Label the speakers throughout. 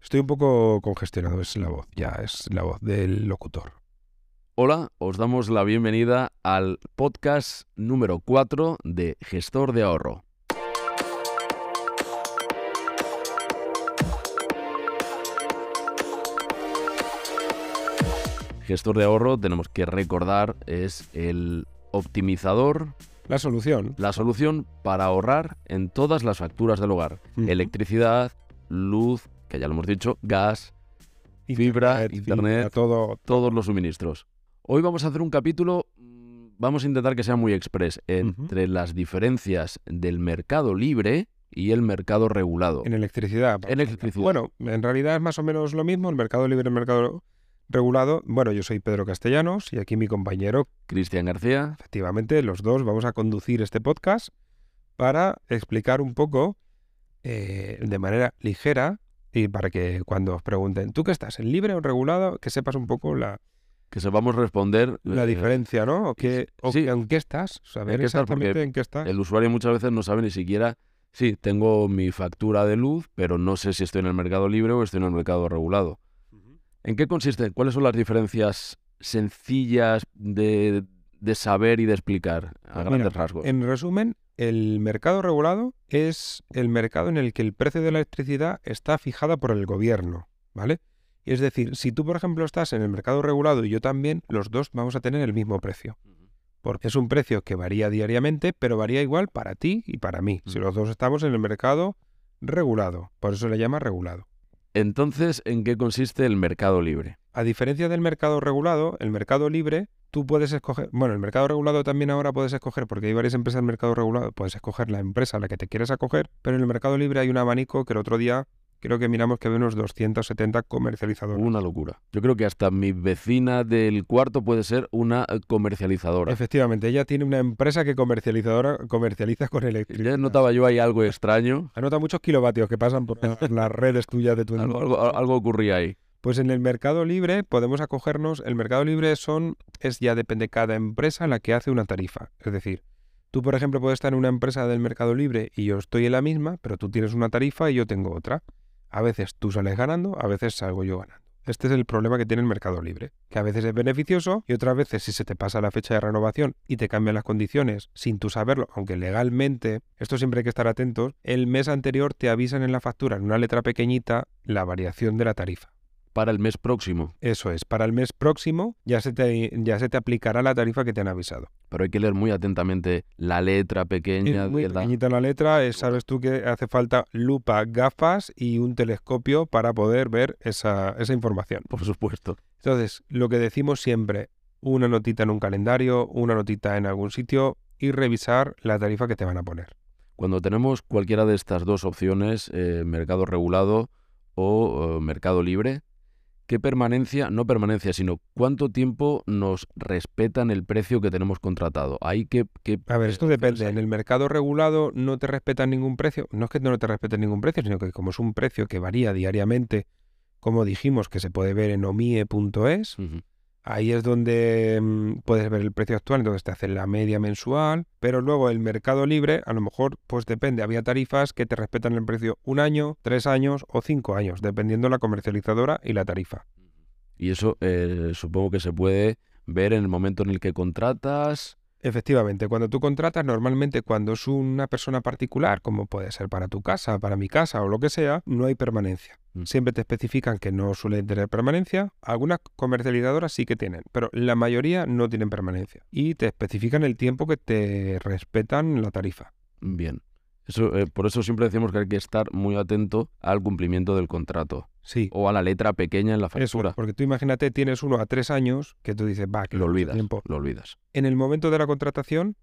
Speaker 1: Estoy un poco congestionado, es la voz, ya, es la voz del locutor.
Speaker 2: Hola, os damos la bienvenida al podcast número 4 de Gestor de Ahorro. Gestor de ahorro, tenemos que recordar, es el optimizador,
Speaker 1: La solución.
Speaker 2: la solución para ahorrar en todas las facturas del hogar.
Speaker 1: Ujú.
Speaker 2: Electricidad, luz, que ya lo hemos dicho, gas, fibra, internet,
Speaker 1: fibra, eh, todo.
Speaker 2: todos los suministros. Hoy vamos a hacer un capítulo, mm, vamos a intentar que sea muy express, entre las diferencias del mercado libre y el mercado regulado.
Speaker 1: En electricidad.
Speaker 2: En electricidad.
Speaker 1: Bueno, en realidad es más o menos lo mismo, el mercado libre, el mercado regulado. Bueno, yo soy Pedro Castellanos y aquí mi compañero,
Speaker 2: Cristian García,
Speaker 1: efectivamente, los dos vamos a conducir este podcast para explicar un poco eh, de manera ligera y para que cuando os pregunten, ¿tú qué estás, en libre o en regulado? Que sepas un poco la,
Speaker 2: que sepamos responder.
Speaker 1: la
Speaker 2: eh,
Speaker 1: diferencia, ¿no? O que, o
Speaker 2: sí.
Speaker 1: que- en qué estás, saber
Speaker 2: ¿En qué estás? Porque
Speaker 1: exactamente en qué estás.
Speaker 2: El usuario muchas veces no sabe ni siquiera, sí, tengo mi factura de luz, pero no sé si estoy en el mercado libre o estoy en el mercado regulado. ¿En qué consiste? ¿Cuáles son las diferencias sencillas de, de saber y de explicar a
Speaker 1: Mira,
Speaker 2: grandes rasgos?
Speaker 1: En resumen, el mercado regulado es el mercado en el que el precio de la electricidad está fijada por el gobierno, ¿vale? Es decir, si tú, por ejemplo, estás en el mercado regulado y yo también, los dos vamos a tener el mismo precio. Porque es un precio que varía diariamente, pero varía igual para ti y para mí. Si
Speaker 2: Mm.
Speaker 1: los dos estamos en el mercado regulado, por eso le llama regulado.
Speaker 2: Entonces, ¿en qué consiste el mercado libre?
Speaker 1: A diferencia del mercado regulado, el mercado libre, tú puedes escoger, bueno, el mercado regulado también ahora puedes escoger, porque hay varias empresas en mercado regulado, puedes escoger la empresa a la que te quieres acoger, pero en el mercado libre hay un abanico que el otro día creo que miramos que había unos 270 comercializadores.
Speaker 2: Una locura. Yo creo que hasta mi vecina del cuarto puede ser una eh, comercializadora.
Speaker 1: Efectivamente, ella tiene una empresa que comercializadora comercializa con electricidad.
Speaker 2: Ya notaba yo ahí algo extraño.
Speaker 1: Anota muchos kilovatios que pasan por las redes tuyas de tu
Speaker 2: Algo, algo- algo ocurría ahí.
Speaker 1: Pues en el mercado libre podemos acogernos. El mercado libre son, es ya depende cada empresa la que hace una tarifa. Es decir, tú, por ejemplo, puedes estar en una empresa del mercado libre y yo estoy en la misma, pero tú tienes una tarifa y yo tengo otra. A veces tú sales ganando, a veces salgo yo ganando. Este es el problema que tiene el mercado libre, que a veces es beneficioso y otras veces si se te pasa la fecha de renovación y te cambian las condiciones sin tú saberlo, aunque legalmente, esto siempre hay que estar atentos, el mes anterior te avisan en la factura, en una letra pequeñita, la variación de la tarifa.
Speaker 2: Para el mes próximo.
Speaker 1: Eso es, para el mes próximo ya se te, ya se te aplicará la tarifa que te han avisado.
Speaker 2: Pero hay que leer muy atentamente la letra pequeña.
Speaker 1: Es muy
Speaker 2: de la-
Speaker 1: pequeñita la letra, eh, sabes tú que hace falta lupa, gafas y un telescopio para poder ver esa, esa información.
Speaker 2: Por supuesto.
Speaker 1: Entonces, lo que decimos siempre, una notita en un calendario, una notita en algún sitio y revisar la tarifa que te van a poner.
Speaker 2: Cuando tenemos cualquiera de estas dos opciones, eh, mercado regulado o eh, mercado libre, ¿qué permanencia, no permanencia, sino cuánto tiempo nos respetan el precio que tenemos contratado? Ahí que, que-
Speaker 1: A ver,
Speaker 2: eh,
Speaker 1: esto
Speaker 2: opciones
Speaker 1: depende.
Speaker 2: hay.
Speaker 1: En el mercado regulado no te respetan ningún precio. No es que no te respeten ningún precio, sino que como es un precio que varía diariamente, como dijimos que se puede ver en omie.es,
Speaker 2: Ujú.
Speaker 1: Ahí es donde mm, puedes ver el precio actual, entonces te hacen la media mensual, pero luego el mercado libre, a lo mejor, pues depende, había tarifas que te respetan el precio un año, tres años o cinco años, dependiendo la comercializadora y la tarifa.
Speaker 2: Y eso eh, supongo que se puede ver en el momento en el que contratas.
Speaker 1: Efectivamente, cuando tú contratas, normalmente cuando es una persona particular, como puede ser para tu casa, para mi casa o lo que sea, no hay permanencia.
Speaker 2: Mm.
Speaker 1: Siempre te especifican que no suelen tener permanencia. Algunas comercializadoras sí que tienen, pero la mayoría no tienen permanencia. Y te especifican el tiempo que te respetan la tarifa.
Speaker 2: Bien. Eso, eh, por eso siempre decimos que hay que estar muy atento al cumplimiento del contrato
Speaker 1: Sí,
Speaker 2: o a la letra pequeña en la
Speaker 1: eso.
Speaker 2: factura.
Speaker 1: Porque tú imagínate, tienes uno a tres años que tú dices, va, que este
Speaker 2: Lo olvidas,
Speaker 1: tiempo.
Speaker 2: lo olvidas.
Speaker 1: En el momento de la contratación,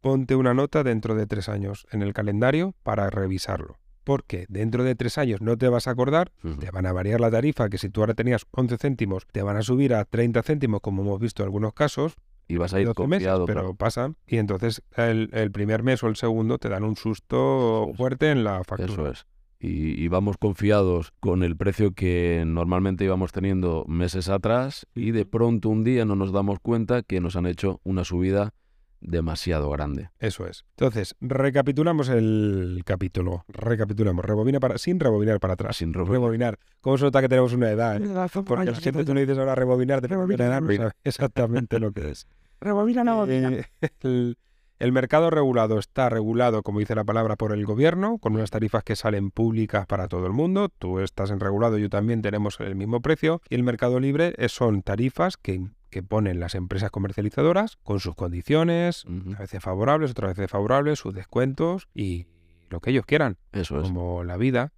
Speaker 1: ponte una nota dentro de tres años en el calendario para revisarlo. Porque dentro de tres años no te vas a acordar,
Speaker 2: Ujú.
Speaker 1: te van a variar la tarifa, que si tú ahora tenías 11 céntimos, te van a subir a 30 céntimos, como hemos visto en algunos casos,
Speaker 2: Y vas a ir
Speaker 1: 12 meses,
Speaker 2: confiado. claro.
Speaker 1: pero pasan. Y entonces el, el primer mes o el segundo te dan un susto
Speaker 2: Eso es.
Speaker 1: fuerte en la factura.
Speaker 2: Eso es. Y, y vamos confiados con el precio que normalmente íbamos teniendo meses atrás y de pronto un día no nos damos cuenta que nos han hecho una subida demasiado grande.
Speaker 1: Eso es. Entonces, recapitulamos el capítulo. Recapitulamos. Rebobina para, sin rebobinar para atrás.
Speaker 2: Sin robo-
Speaker 1: Rebobinar. ¿Cómo se nota que tenemos una edad? eh? Porque
Speaker 3: Porque
Speaker 1: la gente tú le dices ahora rebobinar, te
Speaker 3: Rebobina,
Speaker 1: no
Speaker 2: rebobina.
Speaker 1: sabe exactamente lo que es.
Speaker 3: Rebobina, no bobina.
Speaker 1: Eh, el, el mercado regulado está regulado, como dice la palabra, por el gobierno, con unas tarifas que salen públicas para todo el mundo. Tú estás en regulado, yo también tenemos el mismo precio. Y el mercado libre eh, son tarifas que, que ponen las empresas comercializadoras con sus condiciones,
Speaker 2: Ujú,
Speaker 1: a veces favorables, otras veces desfavorables, sus descuentos y lo que ellos quieran,
Speaker 2: Eso es.
Speaker 1: como la vida.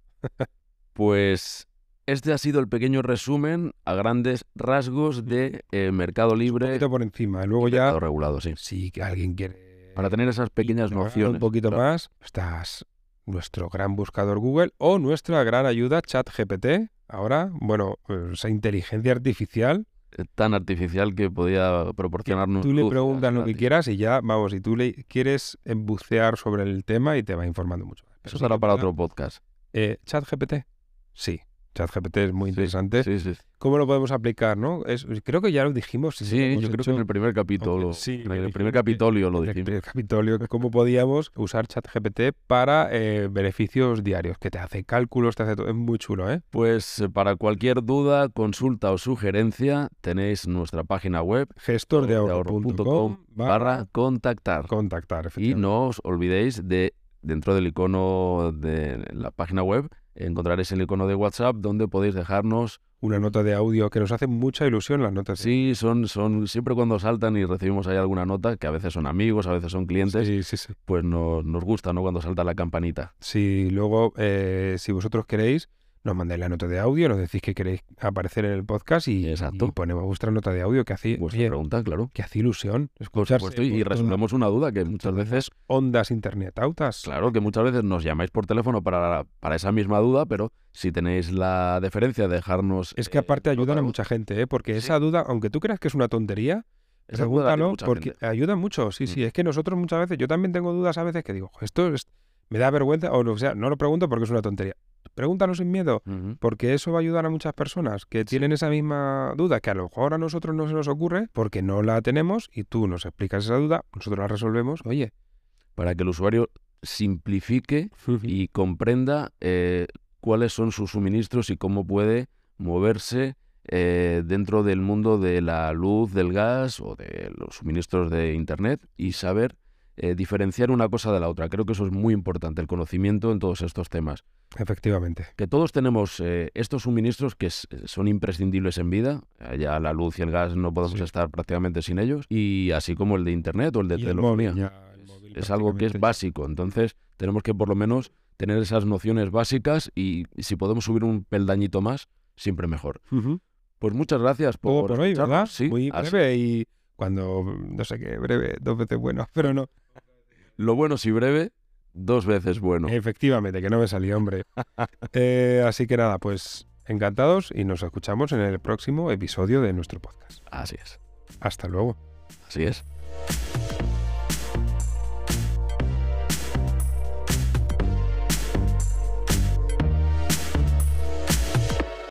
Speaker 2: Pues este ha sido el pequeño resumen a grandes rasgos de eh, Mercado
Speaker 1: Un
Speaker 2: Libre
Speaker 1: poquito por encima. Y Luego
Speaker 2: y
Speaker 1: ya,
Speaker 2: mercado regulado, sí.
Speaker 1: si alguien quiere
Speaker 2: Para tener esas pequeñas
Speaker 1: indagar
Speaker 2: nociones.
Speaker 1: un poquito
Speaker 2: claro.
Speaker 1: más, estás nuestro gran buscador Google o nuestra gran ayuda ChatGPT. Ahora, bueno, eh, esa inteligencia artificial,
Speaker 2: eh, tan artificial que podía proporcionarnos.
Speaker 1: tú le
Speaker 2: luz,
Speaker 1: preguntas lo que
Speaker 2: gratis.
Speaker 1: quieras y ya, vamos, y tú le quieres eh, bucear sobre el tema y te va informando mucho. más. Pero
Speaker 2: Eso
Speaker 1: sí
Speaker 2: será
Speaker 1: que
Speaker 2: para
Speaker 1: es verdad,
Speaker 2: otro podcast.
Speaker 1: eh, ChatGPT, sí. ChatGPT es muy
Speaker 2: Sí,
Speaker 1: interesante.
Speaker 2: Sí, sí.
Speaker 1: ¿Cómo lo podemos aplicar, no? Es- creo que ya lo dijimos.
Speaker 2: Sí, yo creo que en el primer capítulo.
Speaker 1: sí, que
Speaker 2: en el
Speaker 1: dijimos
Speaker 2: primer
Speaker 1: que-
Speaker 2: capitolio lo
Speaker 1: del
Speaker 2: dijimos.
Speaker 1: primer Capitolio, que cómo podíamos usar ChatGPT para eh, beneficios diarios, que te hace cálculos, te hace todo. Es muy chulo, ¿eh?
Speaker 2: Pues eh, para cualquier duda, consulta o sugerencia, tenéis nuestra página web
Speaker 1: Gestordeahorro.com
Speaker 2: ahorro.com barra contactar.
Speaker 1: contactar.
Speaker 2: Y
Speaker 1: efectivamente.
Speaker 2: no os olvidéis de, dentro del icono de la página web, encontraréis el icono de WhatsApp donde podéis dejarnos.
Speaker 1: Una nota de audio que nos hace mucha ilusión las notas. de-
Speaker 2: Sí, son, son siempre cuando saltan y recibimos ahí alguna nota, que a veces son amigos, a veces son clientes,
Speaker 1: sí, sí, sí.
Speaker 2: pues nos, nos gusta, ¿no? Cuando salta la campanita.
Speaker 1: Si luego, eh, si vosotros queréis, nos mandáis la nota de audio, nos decís que queréis aparecer en el podcast y,
Speaker 2: Exacto.
Speaker 1: y ponemos vuestra nota de audio que hace,
Speaker 2: Vuestra
Speaker 1: oye,
Speaker 2: pregunta, claro.
Speaker 1: que hace ilusión
Speaker 2: Por
Speaker 1: escuchar
Speaker 2: supuesto, y resolvemos una duda que muchas veces
Speaker 1: ondas internetautas.
Speaker 2: Claro que muchas veces nos llamáis por teléfono para, para esa misma duda, pero si tenéis la deferencia de dejarnos...
Speaker 1: Es que
Speaker 2: eh,
Speaker 1: aparte
Speaker 2: nota
Speaker 1: ayudan
Speaker 2: de
Speaker 1: a
Speaker 2: voz,
Speaker 1: mucha gente, ¿eh? porque
Speaker 2: Sí.
Speaker 1: esa duda, aunque tú creas que es una tontería,
Speaker 2: esa duda la tiene
Speaker 1: pregúntalo
Speaker 2: mucha
Speaker 1: porque
Speaker 2: gente. Mm.
Speaker 1: ayuda mucho. Sí, sí, es que nosotros muchas veces, yo también tengo dudas a veces que digo, "Jo, esto es- me da vergüenza, o, lo sea, no lo pregunto porque es una tontería. Pregúntalo sin miedo,
Speaker 2: Ujú.
Speaker 1: porque eso va a ayudar a muchas personas que tienen esa misma duda, que a lo mejor a nosotros no se nos ocurre porque no la tenemos y tú nos explicas esa duda, nosotros la resolvemos, oye.
Speaker 2: Para que el usuario simplifique y comprenda eh, cuáles son sus suministros y cómo puede moverse eh, dentro del mundo de la luz, del gas o de los suministros de Internet y saber eh, diferenciar una cosa de la otra. Creo que eso es muy importante, el conocimiento en todos estos temas.
Speaker 1: Efectivamente.
Speaker 2: que todos tenemos eh, estos suministros que s- eh, son imprescindibles en vida. Eh, Ya la luz y el gas no podemos
Speaker 1: Sí.
Speaker 2: estar prácticamente sin ellos. Y así como el de Internet o el de
Speaker 1: Y el móvil,
Speaker 2: telefonía.
Speaker 1: ya, el móvil
Speaker 2: es algo que es
Speaker 1: prácticamente.
Speaker 2: básico. Entonces tenemos que por lo menos tener esas nociones básicas y si podemos subir un peldañito más, siempre mejor.
Speaker 1: Ujú.
Speaker 2: Pues muchas gracias
Speaker 1: Todo
Speaker 2: por,
Speaker 1: por hoy,
Speaker 2: escucharnos.
Speaker 1: ¿verdad?
Speaker 2: Sí,
Speaker 1: Muy
Speaker 2: así-
Speaker 1: breve y cuando, no sé qué, breve, dos veces bueno, pero no.
Speaker 2: Lo bueno si breve, dos veces bueno.
Speaker 1: Eh. Efectivamente, que no me salía, hombre. Eh, así que nada, pues encantados y nos escuchamos en el próximo episodio de nuestro podcast.
Speaker 2: Así es.
Speaker 1: Hasta luego.
Speaker 2: Así es.